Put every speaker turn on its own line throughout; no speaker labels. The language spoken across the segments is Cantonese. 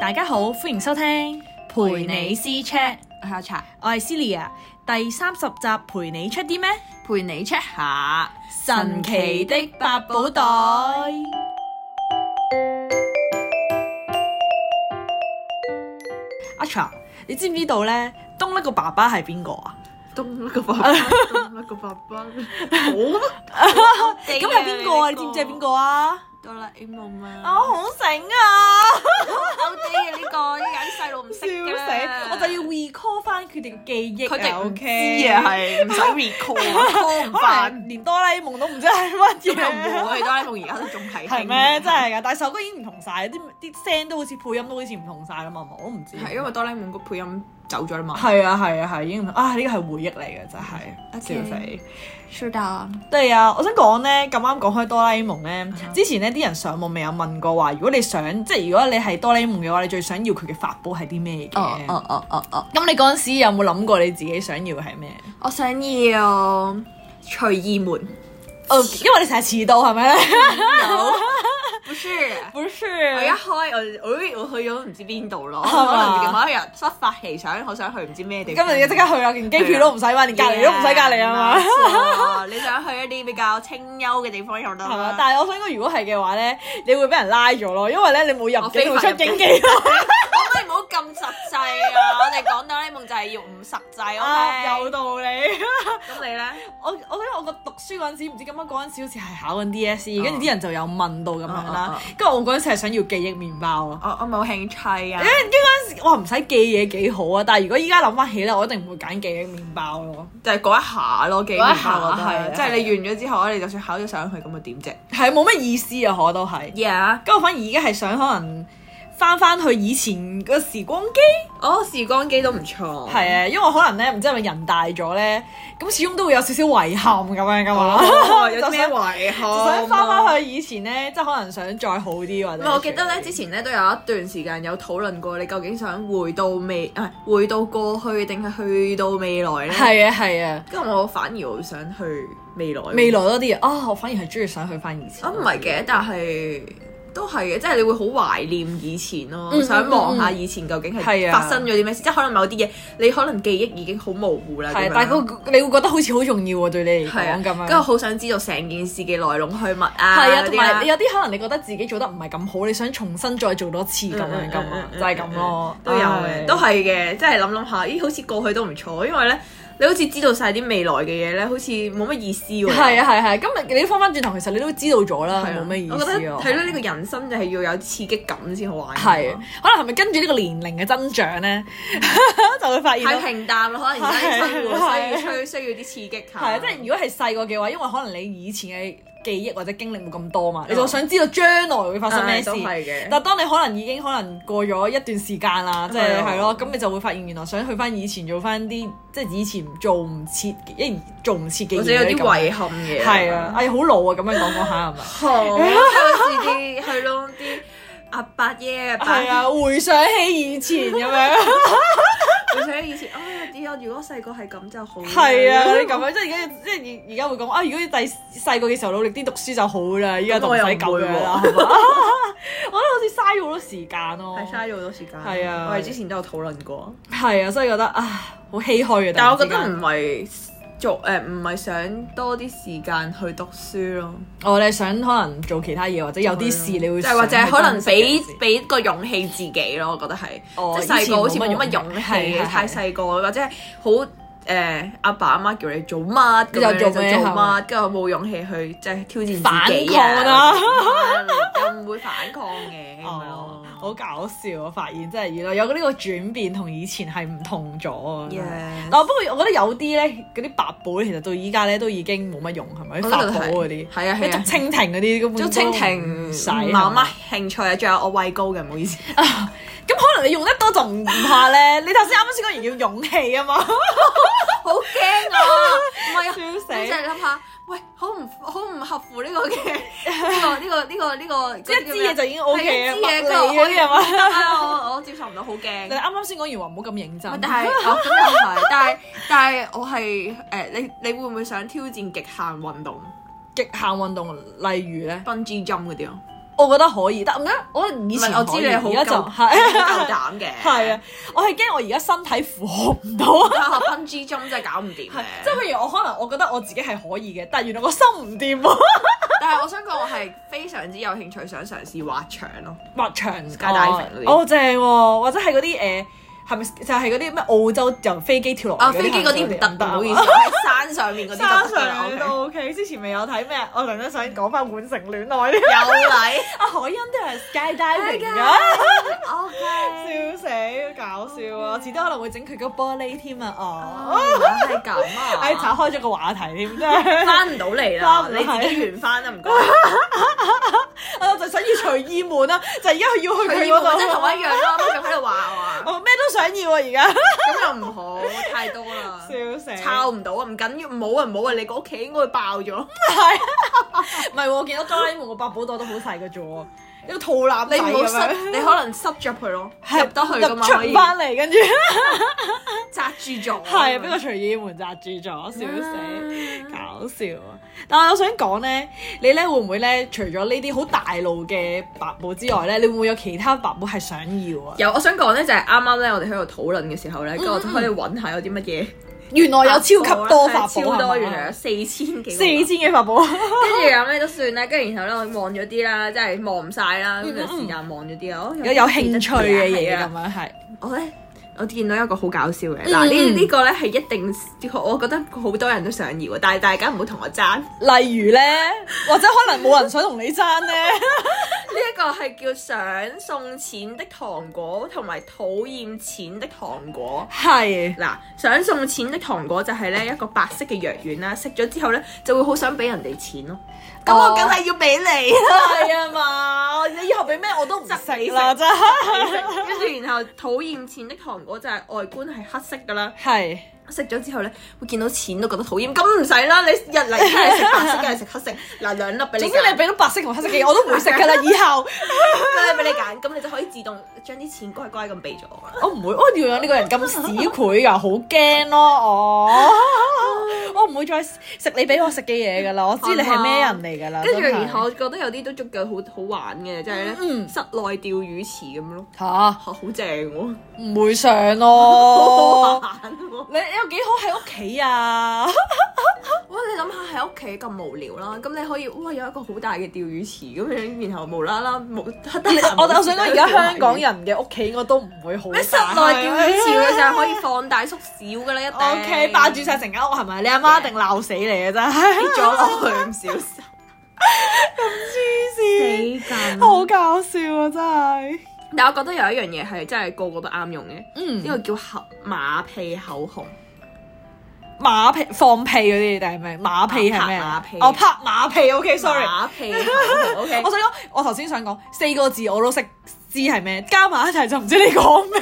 大家好，歡迎收聽陪你私 Chat，
我係阿茶，
我係 Celia，第三十集陪你出啲咩？
陪你 check 下
神奇的百寶 袋。阿茶，你知唔知道咧？東甩個爸爸係邊個啊？
東一個爸 爸，東一個爸爸，好
啊咁係邊個啊？你知唔知係邊？個哦啊？
哆啦 A 夢
我
啊！
好醒啊！
好地嘅呢個，依家啲細路唔
笑
識㗎啦
死！我就要 recall 翻佢哋嘅記憶
佢哋
啊
唔
，OK？
知啊，係唔使 recall 啊，call 唔
可
翻。
能連哆啦 A 夢都唔知係乜
咁
嘢，
又唔會，哆啦 A 夢而家都仲係興
係咩？真係㗎！但係首歌已經唔同晒，啲啲聲都好似配音都好似唔同晒啦嘛，我都唔知。
係因為哆啦 A 夢個配音走咗啦嘛。
係啊係啊係，已經唔同啊呢個係回憶嚟嘅，真係
OK
笑死。
是的，
對啊，我想講咧，咁啱講開哆啦 A 夢咧，之前咧啲人上網咪有問過話，如果你想即係如果你係哆啦 A 夢嘅話，你最想要佢嘅法寶係啲咩嘅？
哦哦哦哦哦，
咁你嗰陣時有冇諗過你自己想要嘅係咩？
我想要隨意門，
哦，因為你成日遲到係 咪咧？
有，不是。
不是，
我一開我，哎，我去咗唔知邊度咯，
係
可
嘛
能自己某一日忽發奇想，好想去唔知咩地
今
方。
日要即刻去啦，連機票都唔使買，連隔離都唔使隔離啊嘛。
嘛！你想去一啲比較清幽嘅地方又得
係嘛
啦？。
但係我想講，如果係嘅話咧，你會俾人拉咗咯，因為咧你冇入境
我非
同
法
出
入
境
境
記錄。
可唔可以唔好咁實際 啊？我哋講哆啦 A 夢就係要唔實際
啊，有
，OK？
道理。
咁你咧？
我我覺得我個讀書嗰陣時，唔知咁樣嗰陣時好似係考緊 DSE，跟住啲人就有問到咁樣
哦
啦
哦哦。
跟住我嗰陣時係想要記憶麵包咯。
我我冇興趣啊
因！為嗰陣時哇唔使記嘢幾好啊，但係如果依家諗翻起咧，我一定唔會揀記憶麵包咯。
就係嗰一下咯，幾
嗰一
嗰
下係
一下
啊
係，即係你完咗之後，你就算考咗上去咁又點啫
係冇乜意思啊，我都係。
？Yeah，
跟住我反而而家係想可能翻翻去以前個時光機。
哦，時光機都唔錯。
係啊，因為可能咧，唔知係咪人大咗咧，咁始終都會有少少遺憾咁樣噶嘛。
哦，有
就
啲咩
想
遺憾
就
啊？
想翻翻去以前咧，即係可能想再好啲或
唔
者。
係，我記得咧，之前咧都有一段時間有討論過，你究竟想回到未啊？回到過去定係去到未來咧？。
係啊係啊，
跟住我反而好想去未來。
未來多啲啊，哦我反而係中意想去翻以前。
啊，唔係嘅，但係都係嘅，即係你會好懷念以前咯，
嗯
想望下以前究竟
係
係
啊
發生咗啲咩事，即係可能某啲嘢你可能記憶已經好模糊啦。
係啊
咁，樣
但係個你會覺得好似好重要喎，對你嚟
係啊
講咁樣。
跟住好想知道成件事嘅來龍去脈啊，
係啊，
嗰
同
啲啊
埋你有啲可能你覺得自己做得唔係咁好，你想重新再做多次咁樣噶嘛
嗯嗯，嗯
就係咁咯，
都有
唉
嘅，都係嘅，即係諗諗下，咦，好似過去都唔錯，因為咧，你好似知道晒啲未來嘅嘢咧，好似冇乜意思喎。
係啊係係，今日你翻翻轉頭，其實你都知道咗啦，
係啊
冇咩意思
我覺得
咯
係咯，呢個人生就係要有刺激感先好玩。
係，可能係咪跟住呢個年齡嘅增長咧， 就會發現到
太平淡啦，可能而家啲生活需要需需要啲刺激下。
係即係如果係細個嘅話，因為可能你以前嘅記憶或者經歷冇咁多嘛，你就想知道將來會發生咩事
哦啊唉都。係嘅。
但係當你可能已經可能過咗一段時間啦，即係
係啊
係咯，咁你就會發現原來想去翻以前做翻啲即係以前做唔切，因為做唔切嘅嘢
或者有啲
咁樣
遺憾嘅。
係啊，哎呀好老啊，咁樣講講下係 咪？
好， 即係好似啲係咯啲阿伯爺阿伯
係啊，回想起以前咁樣。
而且以前啊，啲我如果細個係咁就好啦。
係啊，你咁樣即係而家即係而而家會講啊，如果你第細個嘅時候努力啲讀書就好啦，依家就唔使咁樣 啦，係嘛？我覺得 好似嘥咗好多時間咯。
係嘥咗好多時間。
係啊
我哋之前都有討論過，
係啊，所以覺得啊，好唏噓啊！
但係我覺
突然
得
之間
唔係做誒，唔係想多啲時間去讀書咯，嗯
我哋想可能做其他嘢，或者有啲事你會
啊就係或者
想去
可能俾
珍惜嘅事
俾個勇氣自己咯，我覺得係，
哦
即係細個好似冇
以前冇
乜
乜
勇
勇氣
氣，太
係
細個或者係好。誒阿爸阿媽叫你做乜，
你就
咁樣你
做
就
咩
做
係嘛
乜，跟住我冇勇氣去即係挑戰
反
自己
抗啊
又唔會反抗嘅咁樣
哦
咯。，
好搞笑！我發現真係原來有呢個轉變同以前係唔同咗啊！
Yes
但不過我覺得有啲咧，嗰啲百寶其實到依家咧都已經冇乜用係咪？
我覺
法
得
寶
係
嗰啲
係啊係啊
咩竹蜻蜓嗰啲根本
竹
都
蜻蜓
唔使
唔係
係咪
乜興趣啊，仲有我畏高嘅，唔好意思。
咁可能你用得多就唔唔怕咧。 你頭先啱啱先講完要勇氣啊嘛，
好驚 啊！唔係啊，
笑死
即係你諗下，喂，好唔好唔合乎呢個嘅呢 個呢個呢個呢個
一支嘢就已經 O K 啊，
係一支嘢
物理嗰啲係嘛？
啊！我我接受唔到，好
你
驚。
啱啱先講完話唔好咁認真，
但係我咁又係，但係但係我係誒，你你會唔會想挑戰極限運動
極限運動例如咧
，bungee jump 嗰啲啊？
我覺得可以，但唔得，我以
唔
前
係我知你好
可以而家就
夠
係
夠膽嘅，
係啊，我係驚我而家身體符合唔到啊。
教學 Bungee jump 真係搞唔掂嘅。
即係譬如我可能我覺得我自己係可以嘅，但係原來我心唔掂 喎，
但係我想講，我係非常之有興趣想嘗試滑翔咯。
滑翔
Skydiving 嗰啲
哦正喎，或者係嗰啲誒係咪就係嗰啲咩澳洲由哦飛機跳落嚟
啊，
嗰啲
飛機嗰啲唔得，
係咪
唔好意思，喺山上面嗰啲
山
就得㗎啊啦。
上
OK
都 OK，之前咪有睇 咩？我突然間想講翻《滿城戀愛》呢，
有禮。
阿海欣都係 skydiving
係
㗎
㗎。O
哦
K。
笑死，搞笑啊！遲啲可能會整佢個玻璃添啊！哦，
係咁啊！
哎，岔開咗個話題添，真 係，
翻唔到嚟啦，
翻唔
你
係
自己圓翻啦， 唔該。
我就想要隨意門啦，就而家佢要去
佢
佢
要
嗰
本身同
度
我
啊，
一樣啦，咁喺度話我啊，
我咩都想要啊！而家
咁又唔好，太多啦。
笑死，
抄唔到啊，唔緊要，唔好啊，唔好啊，你個屋企應該會爆咗。
唔係喎，我見到哆啦 A 夢個百寶袋都好細嘅啫喎，一個肚腩仔
你唔好
咁
塞，
樣，
你可能塞咗佢咯，入
係
得去㗎
入
嘛，可以
出翻嚟，跟住
扎住咗。
係俾個隨意門擲住咗，笑死。
死
搞笑啊！但係我想講咧，你咧會唔會咧，除咗呢啲好大路嘅白寶之外咧，你會唔會有其他白寶係想要啊？
有，我想講咧，就係啱啱咧，我哋喺度討論嘅時候咧，跟住我就可以揾下有啲乜嘢
原來有超級多啊法寶，
係超多，
係嘛
原來有四千幾個
四千幾法寶，
跟住有咩都算啦，跟住然後咧我望咗啲啦，即係望唔晒啦，咁就時間望咗啲啊，
如嗯
有
果有興趣嘅嘢咁
啊！
樣係，
我咧我見到一個好搞笑嘅，
嗯
嗱呢
嗯
呢個咧係一定，我覺得好多人都想要嘅，但係大家唔好同我爭。 呢
例如咧，或者可能冇人想同你爭咧，
一個係叫想送錢的糖果同埋討厭錢的糖果。
係
嗱，想送錢的糖果就係咧一個白色嘅藥丸啦，食咗之後咧就會好想俾人哋錢咯。咁
哦
我梗係要俾你啦。
係啊嘛！你以後俾咩我都唔食啦，真係
跟住然後討厭錢的糖果就係外觀係黑色噶啦，
係
食咗之後咧會見到錢都覺得討厭，咁唔使啦，你日嚟一係食白色，一係食黑色，嗱兩粒俾你
總之你
揀，
俾到白色同黑色嘅嘢，我都唔會食噶 啦，以後。
兩粒俾你 揀，咁你就可以自動將啲錢乖乖咁俾咗我啦。
我唔會，我原來呢個人咁屎佢噶，好驚咯哦 我。我唔會再食你俾我食嘅嘢噶啦，我知你係咩人嚟噶啦。
跟住
真係
然後我覺得有啲都足夠好好玩嘅，即係咧
嗯
室內釣魚池咁樣咯，
吓
嚇好正喎，
唔會上
好
咯。
玩喎。
你有幾好喺屋企啊？
哇！你諗下喺屋企咁無聊啦，咁你可以哇有一個好大嘅釣魚池咁樣，然後無啦啦冇得得閒
我我
冇事
想講，而
喺度
家
玩
香港
嘅
人嘅屋企我都唔會好大。
咩室內釣魚池 嘅就係可以放大縮小噶啦，一定。
O K，霸住晒成間屋係咪？你阿媽一定鬧死你啊嘅真係。
跌咗落去，唔小心。
黐
緊
線， 好搞笑啊！真係。
但我覺得有一樣嘢係真係個個都啱用嘅，
嗯
呢個叫合馬屁口紅。
馬屁放屁嗰啲定係咩？馬屁係咩
啊
啊
拍馬屁？
哦，拍馬屁。O K，sorry。
馬屁口 紅，OK
我。想講，我頭先想講四個字我都識知係咩，加埋一齊就唔知你講 咩。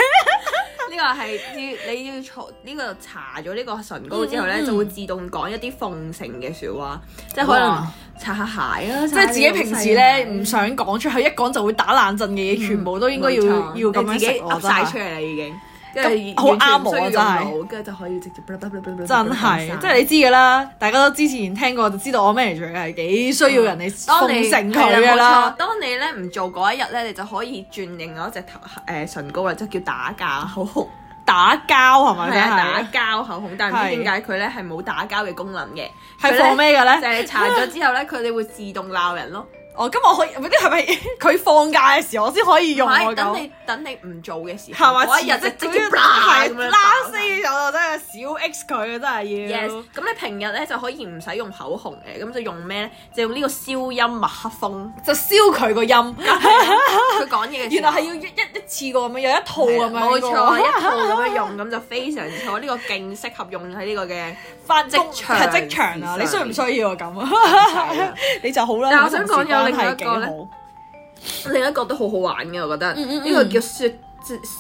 呢個係要你要搽呢個搽咗呢個唇膏之
嗯
後咧，
嗯
就會自動講一啲奉承嘅説話，即係可能
哇
擦下鞋啦，
即係自己平
啊
時咧唔想講出去，一講就會打冷震嘅嘢，全部都應該要
嗯
要咁
自
樣
己
食
噏
喎。
晒
晒
出嚟啦已經，跟
咁
住
好啱
完全唔需
我啊
要
真係
用腦，跟住就可以直接
真
真
係，即係你知㗎啦，大家都之前聽過就知道我 manager 係幾需要人哋奉承佢㗎啦。
當你咧唔做嗰一日咧，你就可以轉另外一隻頭誒唇膏啦，即叫打架口紅。
打交係咪
係
真
啊，打
係？
交口紅，但係唔知點解佢咧係冇打交嘅功能嘅。
係放咩
就
嘅咧？
係你搽咗之後咧，佢哋會自動鬧人咯。
哦，咁我可以，嗰啲係咪佢放假嘅時候我先可以用
唔係
我
等
講？
你等你唔做嘅時
係
候，
嘛？
嗰一日就
辭職
即刻
嗰
啪
啲
咁樣
係
打
拉死咗真係小 X 佢啊！真係要
Yes，。咁你平日咧就可以唔使用口紅嘅，咁就用咩咧？就用呢個消音麥克風。
就燒佢個音，
佢講嘢嘅
啊原
時候
來係要一啊一一次過咁樣，有一套
係
咁
啦
樣嘅
冇
喎。
錯，一套咁樣用，咁就非常之好。呢個勁適合用喺呢個嘅。
翻工
職場
係職場啊！你
時
需
尚
唔需要啊 咁啊？你就好啦。
但係我想講
同事關
有另
係
一
幾
個呢
好，
另一個都好好玩嘅，我覺得。
嗯嗯嗯
呢個叫雪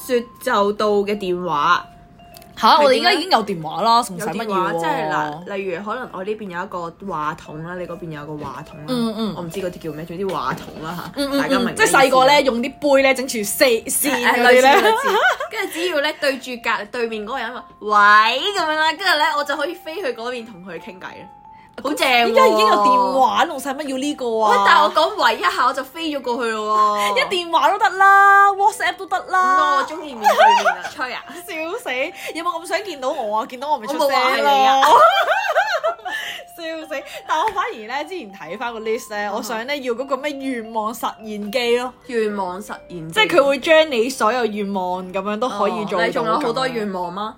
雪就到嘅電話，
嚇！我哋
係點
而家
咧
已經有電話啦，仲使
有
乜
電
要
話
啊
即係嗱，例如可能我呢邊有一個話筒啦，你嗰邊有個話筒啦。
嗯嗯
我唔知嗰啲叫咩，總之話筒啦
嗯
嚇，
嗯
大家
嗯
明咩
即係細個咧用啲杯咧整住四線
意思啦。啊誒
嗰啲
類似類
咧，
似，跟住只要咧對住隔對面嗰個人話喂咁樣啦，跟住咧我就可以飛去嗰邊同佢傾偈啦。好正喎。
啊依家已經有電話，仲使乜要呢個
喂
啊？，
但係我講喂一下我就飛咗過去咯喎。
一電話都得啦，WhatsApp 都得啦。
我中意面對面啊，吹啊！
笑死！有冇咁想見到我啊？見到我咪出
我冇話係
聲
你啊
咯。 笑死！但我反而咧，之前睇翻個 list
啊
咧，我想咧要嗰個咩願望實現機咯，
願望實現，
即係佢會將你所有願望咁樣都可以做到咁樣。
哦你仲有好多願望嗎？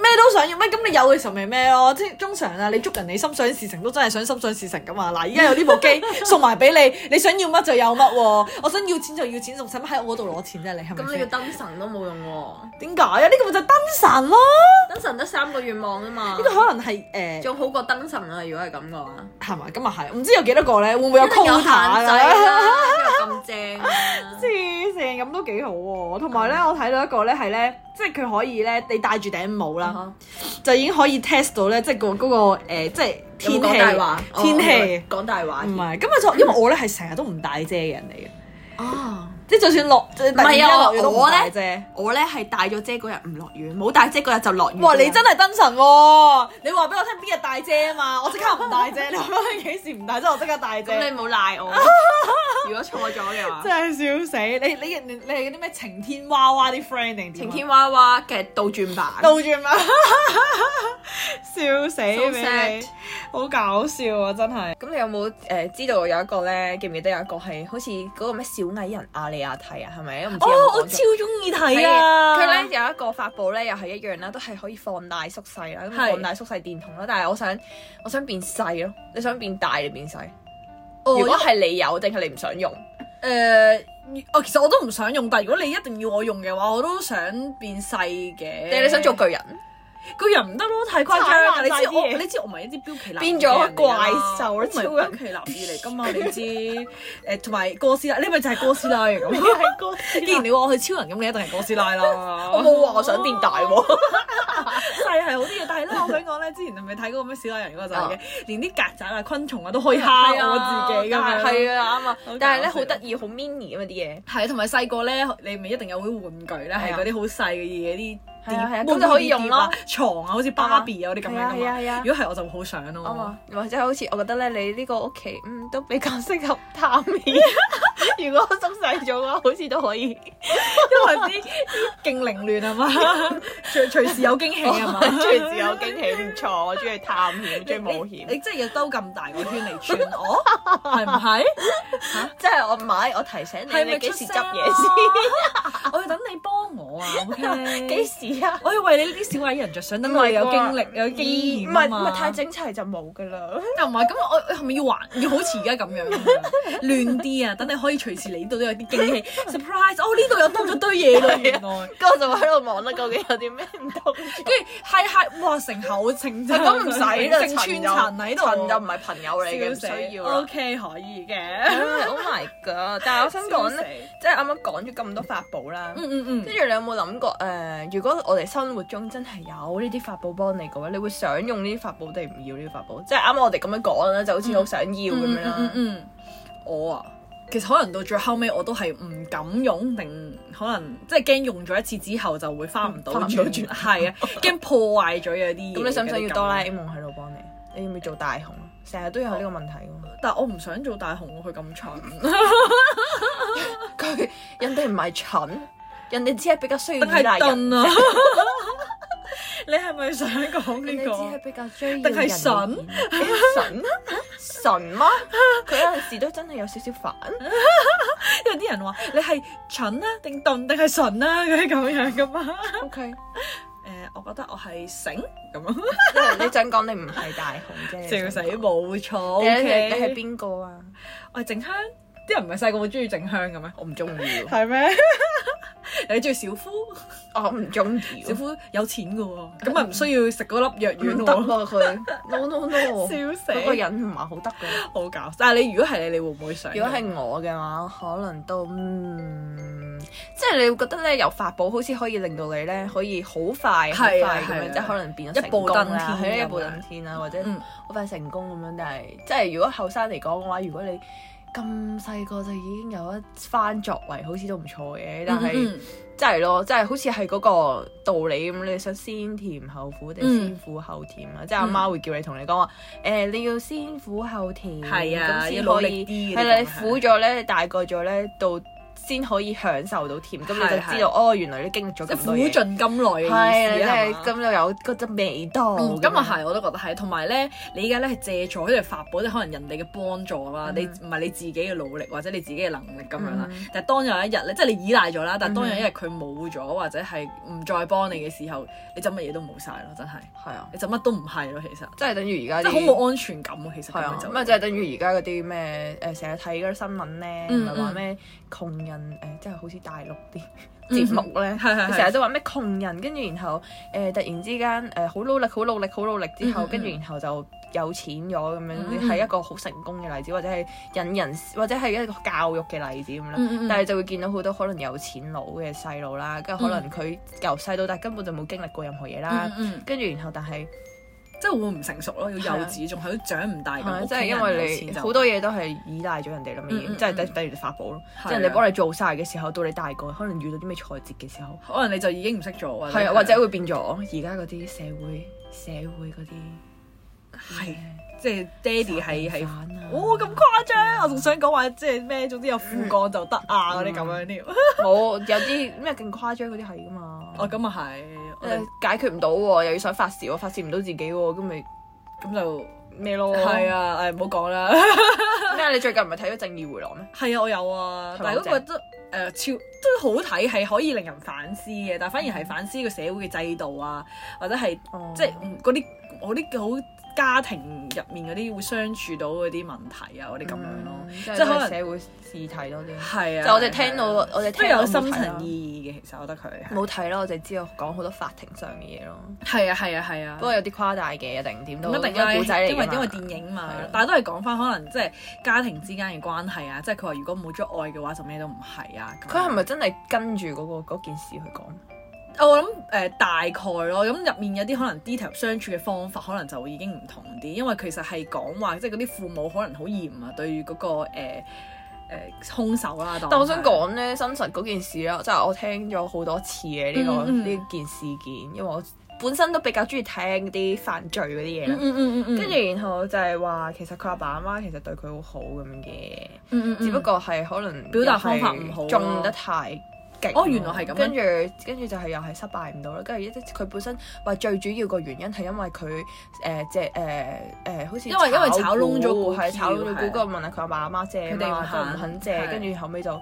咩都想要咩？咁你有嘅時候咪咩咯？即係通常啊，你祝人你心想事成都真係想心想事成噶 嘛。嗱，而家有呢部機送埋俾你，你想要乜就有乜喎。我想要錢就要錢，仲使乜喺我嗰度攞錢啫？你係咪
咁你
先
個？燈神都冇用喎，
點解啊？呢個咪就係燈神咯。
燈神得三個願望啊嘛
呢個，可能係誒
仲好過燈神啊！如果係咁嘅話，
係咪？咁啊係，唔知有幾多個咧？會唔會有
一定有
quota
限制啊
㗎？
啦，邊有咁正啊？
黐線咁都幾好喎。同埋咧，
嗯
我睇到一個咧係咧，即係佢可以咧，你戴住頂帽啦。
嗯
就已經可以 test 到咧，即係個嗰個誒，即係
有冇
天
講大話哦
氣，天氣
講大話
唔係。咁啊就因為我咧係成日都唔帶遮嘅人嚟嘅，
啊！
即係就算落，唔
係啊
落雨都唔
我呢
帶遮。
我咧係帶咗遮嗰日唔落雨，冇帶遮嗰日就落雨。
哇！你真係燈神喎！你話俾我聽邊日帶遮啊嘛，我即刻唔帶遮。你話俾我聽幾時唔帶遮，我即刻帶遮。
咁你冇賴 我。如果錯咗嘅話，
真係笑死！你你你你係嗰啲咩晴天娃娃啲 friend 定點啊
晴天娃娃嘅倒轉版。
倒轉嘛， 笑死
sad
俾你，好搞笑啊！真係。
咁你有冇誒、呃知道有一個咧？記唔記得有一個係好似嗰個咩小矮人阿里亞蒂啊？係咪？我唔知有
哦
冇講錯
中意
係啊
睇啊
佢咧有一個發布咧，又係一樣啦，都係可以放大縮細啦，咁
係
放大縮細電筒啦。但係我想，我想變細咯。你想變大定變細？
哦
如果係你有定係你唔想用？
誒、我哦其實我都唔想用，但係如果你一定要我用嘅話，我都想變細嘅。
定係你想做巨人？
個人唔得咯，太誇張啊啦！
慘
你
啦
知
晒啲嘢
我，你知我唔係一啲標奇立異
變咗怪 獸
我
啦
唔係
超
標奇立異嚟噶嘛？你 知誒，同埋哥斯拉，你咪就係哥斯拉嚟咁。既然你話我係超人，咁你一定係哥斯拉 啦。
我冇話我想變大喎。
細 係好啲嘅，但係咧，我想講咧，之前係咪睇嗰個咩小矮人嗰個就 係嘅，連啲曱甴啊、昆蟲啊都可以蝦我自己咁樣。
係啊啱啊
好搞笑！
但係咧好得意，好 mini 啊嘛啲嘢。啊
係，同埋細個咧，你咪一定有啲玩具咧，係嗰啲好細嘅嘢，啲
係啊係啊
碟
咁就可以用咯
碟啊床啊，好似芭比啊嗰啲咁樣噶
係啊係啊係
嘛
啊。
如果係我就會好想
啱
咯
啊，。或者好似我覺得咧，你呢個屋企嗯都比較適合探險。 如果我縮細咗嘅話，好似都可以。
因為啲啲勁凌亂 啊嘛，隨隨時有驚喜啊嘛，
哦隨時有驚喜，唔錯。我中意探險，中意冒
你
險。
你真係要兜咁大個圈嚟串我，係唔係？
即係我買，我提醒
係
你，
咪
你幾
出
時
聲
執
啊
嘢？
我要等你幫我 啊，OK？
先？幾時啊？
我要為你呢啲小矮人着想，等我有經歷、有經驗
唔
啊
係
嘛
唔係太整齊就冇㗎啦。
又唔係咁，我我係咪要還要好似而家咁樣亂啲啊？等你可以隨時嚟到都有啲驚喜 surprise。哦，呢度又多咗堆嘢咯，
啊
原來。
跟住我就喺度望啦，究竟有啲咩唔 同？
跟住係係，哇！成口情真
咁唔使啦，
成
塵
串
又
塵喺度，
塵又唔係朋友嚟嘅，唔需要啦
O。K，可以
唉
嘅。
Oh my god！但係我想講咧，
咧，
即係啱啱講咗咁多法寶啦。
嗯嗯嗯
跟，住你有冇諗過誒、如果我哋生活中真係有呢啲法寶幫你嘅話，你會想用呢啲法寶定唔要呢啲法寶？即係啱啱我哋咁樣講啦，就好似好想要咁樣啦。
嗯嗯嗯，我啊。其實可能到最後尾我都係唔敢用，定可能即係驚用咗一次之後就會翻唔到
翻唔到
轉，
轉
係啊，驚破壞咗有啲嘢。
咁你想唔想
有
要
啲感
哆啦
覺
A 夢喺度
嗯
幫你？你要唔要做大雄啊？成日都有呢個問題㗎嘛。
但我唔想做大雄喎，佢 咁蠢。
佢人哋唔係蠢，人哋只係比較需要
定
依賴
係
人，
燉啊！ 你係咪想講
人
呢
哋只係
個？
比較需要人
定係
嘅
神
意見 神啊神嗎？佢有陣時都真係有少少煩。
嗯因為啲人話你係蠢啊，定燉定係純啊，嗰啲咁樣噶 嘛。
O K，
誒，我覺得我係醒咁樣，
即係你想講你唔係大雄啫，
笑死
你
冇錯。O
係你係
K，
邊個啊？
我係靜香，啲人唔係細個會中意靜香嘅咩？
我唔中意喎，
係咩？你中意小夫？
哦我唔中意
小
喎，
夫有錢嘅喎，咁
啊
咪唔需要食嗰粒藥
唔得
丸喎。
喎佢，no no no，
笑死
嗰個人唔係好得嘅。
好搞笑！但係啊你如果係你，你會唔會想？
如果係我嘅話，可能都嗯，即係你會覺得咧，由法寶好似可以令到你咧，可以好快好快
係啊
咁
係啊啊
樣，即係可能變咗成功
一步登天
啦，啊
咁樣
一步登天啦，或者
嗯
好快成功咁樣。但係即係如果後生嚟講嘅話，如果你咁細個就已經有一番作為，好似都唔錯嘅。但係
嗯
真係咯，真係好似係嗰個道理咁，你想先甜後苦定先苦後甜
嗯
啊？即係阿媽會叫你同你講話，誒、你要先苦後甜，
係啊
咁
要
先
努
可
力
以
啲嘅
係啦，
呢
你
個係
苦咗咧，你大個咗咧，到先可以享受到甜，咁你
係
就知道哦，原來你經歷咗
嗯即係
咁
苦
多嘢，
盡甘來嘅意思啊係
係啊啦，即
嘛
係咁又有嗰陣味道。
嗯咁啊係，我都覺得係。同埋咧，你而家咧係借助呢個法寶，即係可能人哋嘅幫助啦，
嗯
你唔係你自己嘅努力或者你自己嘅能力咁樣啦。但係當有一日咧，即係你依賴咗啦，但
嗯
係當有一日佢冇咗或者係唔再幫你嘅時候，你就乜嘢都冇晒咯，真係，
係啊，
你就乜都唔係咯，其實
即係等於
即
而家
係
啲
好冇安全感喎，其實咁
係啊
樣，就
咁啊即係等於而家嗰啲咩誒成日睇嗰啲新聞咧，
嗯
咪話
嗯
咩窮人誒，即係好似大陸啲
嗯
節目咧，
係係係
成日都話咩窮人，跟住然後誒突然之間誒好努力、好努力、好努力之後，
嗯嗯
跟住然後就有錢咗咁
嗯
樣，
嗯
係一個好成功嘅例子，或者係引人或者係一個教育嘅例子咁啦。
嗯嗯嗯
但係就會見到好多可能有錢佬嘅細路啦，跟住可能佢由細到大根本就冇經歷過任何嘢啦
嗯，嗯嗯
跟住然後但係。
即係會唔成熟咯，要幼稚，仲係都長唔大
啊係啊
咁，
即係因為你好多嘢都係依賴咗人哋啦，已經即係等等於法寶咯。即係人哋幫你做晒嘅時候，到你大個可能遇到啲咩挫折嘅時候，
可能你就已經唔識做，或
係啊，或者會變咗而家嗰啲社會社會嗰啲
係即係爹哋係係。
反啊，
哦，咁誇張！我仲想講話即係咩，總之有副幹就得啊嗰啲咁樣
嗯
添。
冇有啲咩更誇張嗰啲係噶嘛？
哦，咁啊係，我哋
誒解決唔到喎，又要想發泄喎，發泄唔到自己喎，咁咪
咁就
咩咯？
係，啊，誒唔好講啦。
咩啊？你最近唔係睇咗《正義回廊》咩？
係啊，我有啊，
係咪
但係
好
嗰個
正
都誒超都好睇，係可以令人反思嘅，但係反而係反思個社會嘅制度啊，或者係
哦
即係嗯嗰啲嗰啲好家庭入面嗰啲會相處到嗰啲問題啊，嗰啲咁樣咯。
嗯即
即係
係
可
可
能
能社會試題多啲。
係啊，
就我哋聽到，我哋
都
聽到
有
冇
深
睇啦
層意義嘅，其實我覺得佢係
冇睇啦，我就知道講好多法庭上嘅嘢咯。
係啊係啊係啊
不。過有啲誇大嘅，一定點都
唔一定
因
啦，
為
因
古仔嚟
為
㗎嘛
因為電影嘛
係咯，
但係都係講翻可能即係家庭之間嘅關係啊，即係佢話如果冇咗愛嘅話就咩都唔係啊。咁樣
佢係咪真係跟住嗰、個嗰件事去講？
我諗誒、呃大概咯，咁入面有啲可能 detail 相處嘅方法，可能就已經唔同啲，因為其實係講話即係嗰啲父母可能好嚴啊，對於嗰、個誒誒、呃兇手啦。當
但我想
係
講咧，新實嗰件事啦，即係我聽咗好多次嘅呢、個
嗯嗯
呢、件事件，因為我本身都比較中意聽啲犯罪嗰啲嘢
嗯
啦。
嗯嗯嗯嗯，
跟住然後就係話，其實佢阿爸阿媽其實對佢好好咁樣嘅，
嗯嗯嗯
只不過係可能
表達方法唔好咯
中得太勁咯。
哦原來係咁樣
跟住跟住就係又係失敗唔到啦。跟住一佢本身話最主要個原因係因為佢誒即係誒誒，好似
因為因為炒窿咗股
股，
票
係炒窿咗股，
係
嗰個問下佢阿爸阿媽借
佢哋
嘛，
唔
就
肯
唔肯借，
係
跟住後尾就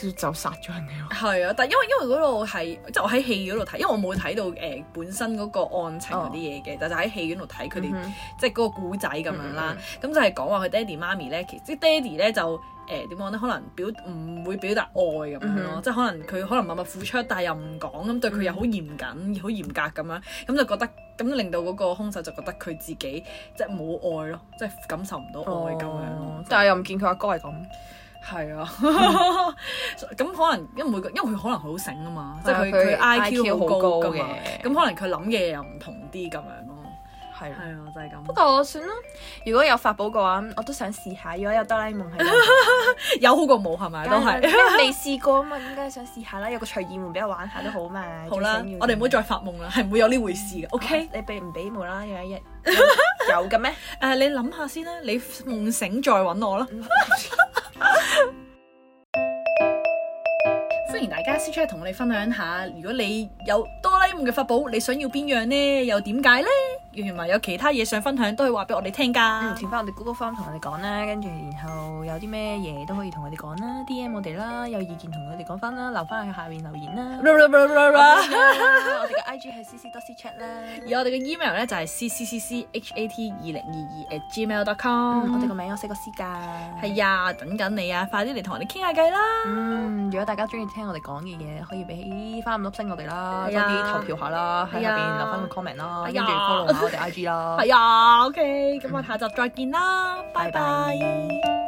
就就殺咗人哋咯。
係啊，但因為因為嗰度係即係我喺戲院嗰度睇，因為我冇睇到誒、呃本身嗰個案情嗰啲嘢嘅，但就喺戲院度睇佢哋
嗯
即係嗰個古仔咁樣啦。咁就係講話佢爹哋媽咪咧，其即係爹哋咧就誒點講咧，可能表唔會表達愛咁樣咯，
嗯
即係可能佢可能默默付出，但係又唔講，咁對佢又好嚴謹、好嚴格咁樣，咁就覺得咁令到嗰個兇手就覺得佢自己即係冇愛咯，即係感受唔到愛咁樣咯
哦。但係又唔見佢阿哥係咁，
係啊， 咁可能因為每個，因為佢可能好醒啊嘛，即係佢佢
係啊佢
IQ 好高㗎嘛，
嘅，
咁可能佢諗嘅嘢又唔同啲咁樣咯。
係
係
啦
啊，就係
不
咁。
過算啦，如果有法寶嘅話，我都想試下。如果有哆啦 A 夢喺度，
有好過冇係啊咪？都
因
係。
為未試過啊嘛，咁梗係想試下啦。有個隨意門俾我玩下都 好嘛。
好啦
最緊要，啊
我哋唔好再發夢啦，係唔會有呢回事嘅。OK，
你俾唔俾無啦啦有 一日有嘅咩？
誒，你諗下先啦，你夢醒再揾我啦。歡迎大家私出嚟同我哋分享下，如果你有哆啦 A 夢嘅法寶，你想要邊樣呢？又點解呢？原來有其他嘢想分享，都可以話俾我哋聽
嗯，
㗎。
填翻我哋 Google Form 同我哋講啦，跟住然後有啲咩嘢都可以同我哋講啦，DM 我哋啦，有意見同我哋講翻啦，留翻去下面留言 啦。我哋嘅 IG 係 CC 多 C chat 啦。
而我哋嘅 email 咧就係 c c c c h a t 二零二二 at gmail dot
嗯，
com。
我哋個名有四個 C 㗎。
係呀，等緊你啊，快啲嚟同我哋傾下偈啦。
嗯，如果大家中意聽我哋講嘅嘢，可以俾翻五粒星我哋啦，多
係啊
啲投票下啦，喺入
係啊
邊留翻個 comment 啦，跟
係
住
啊
follow 下我哋 IG 啦。
係呀，OK，咁我下集再見啦，拜
拜
拜
拜。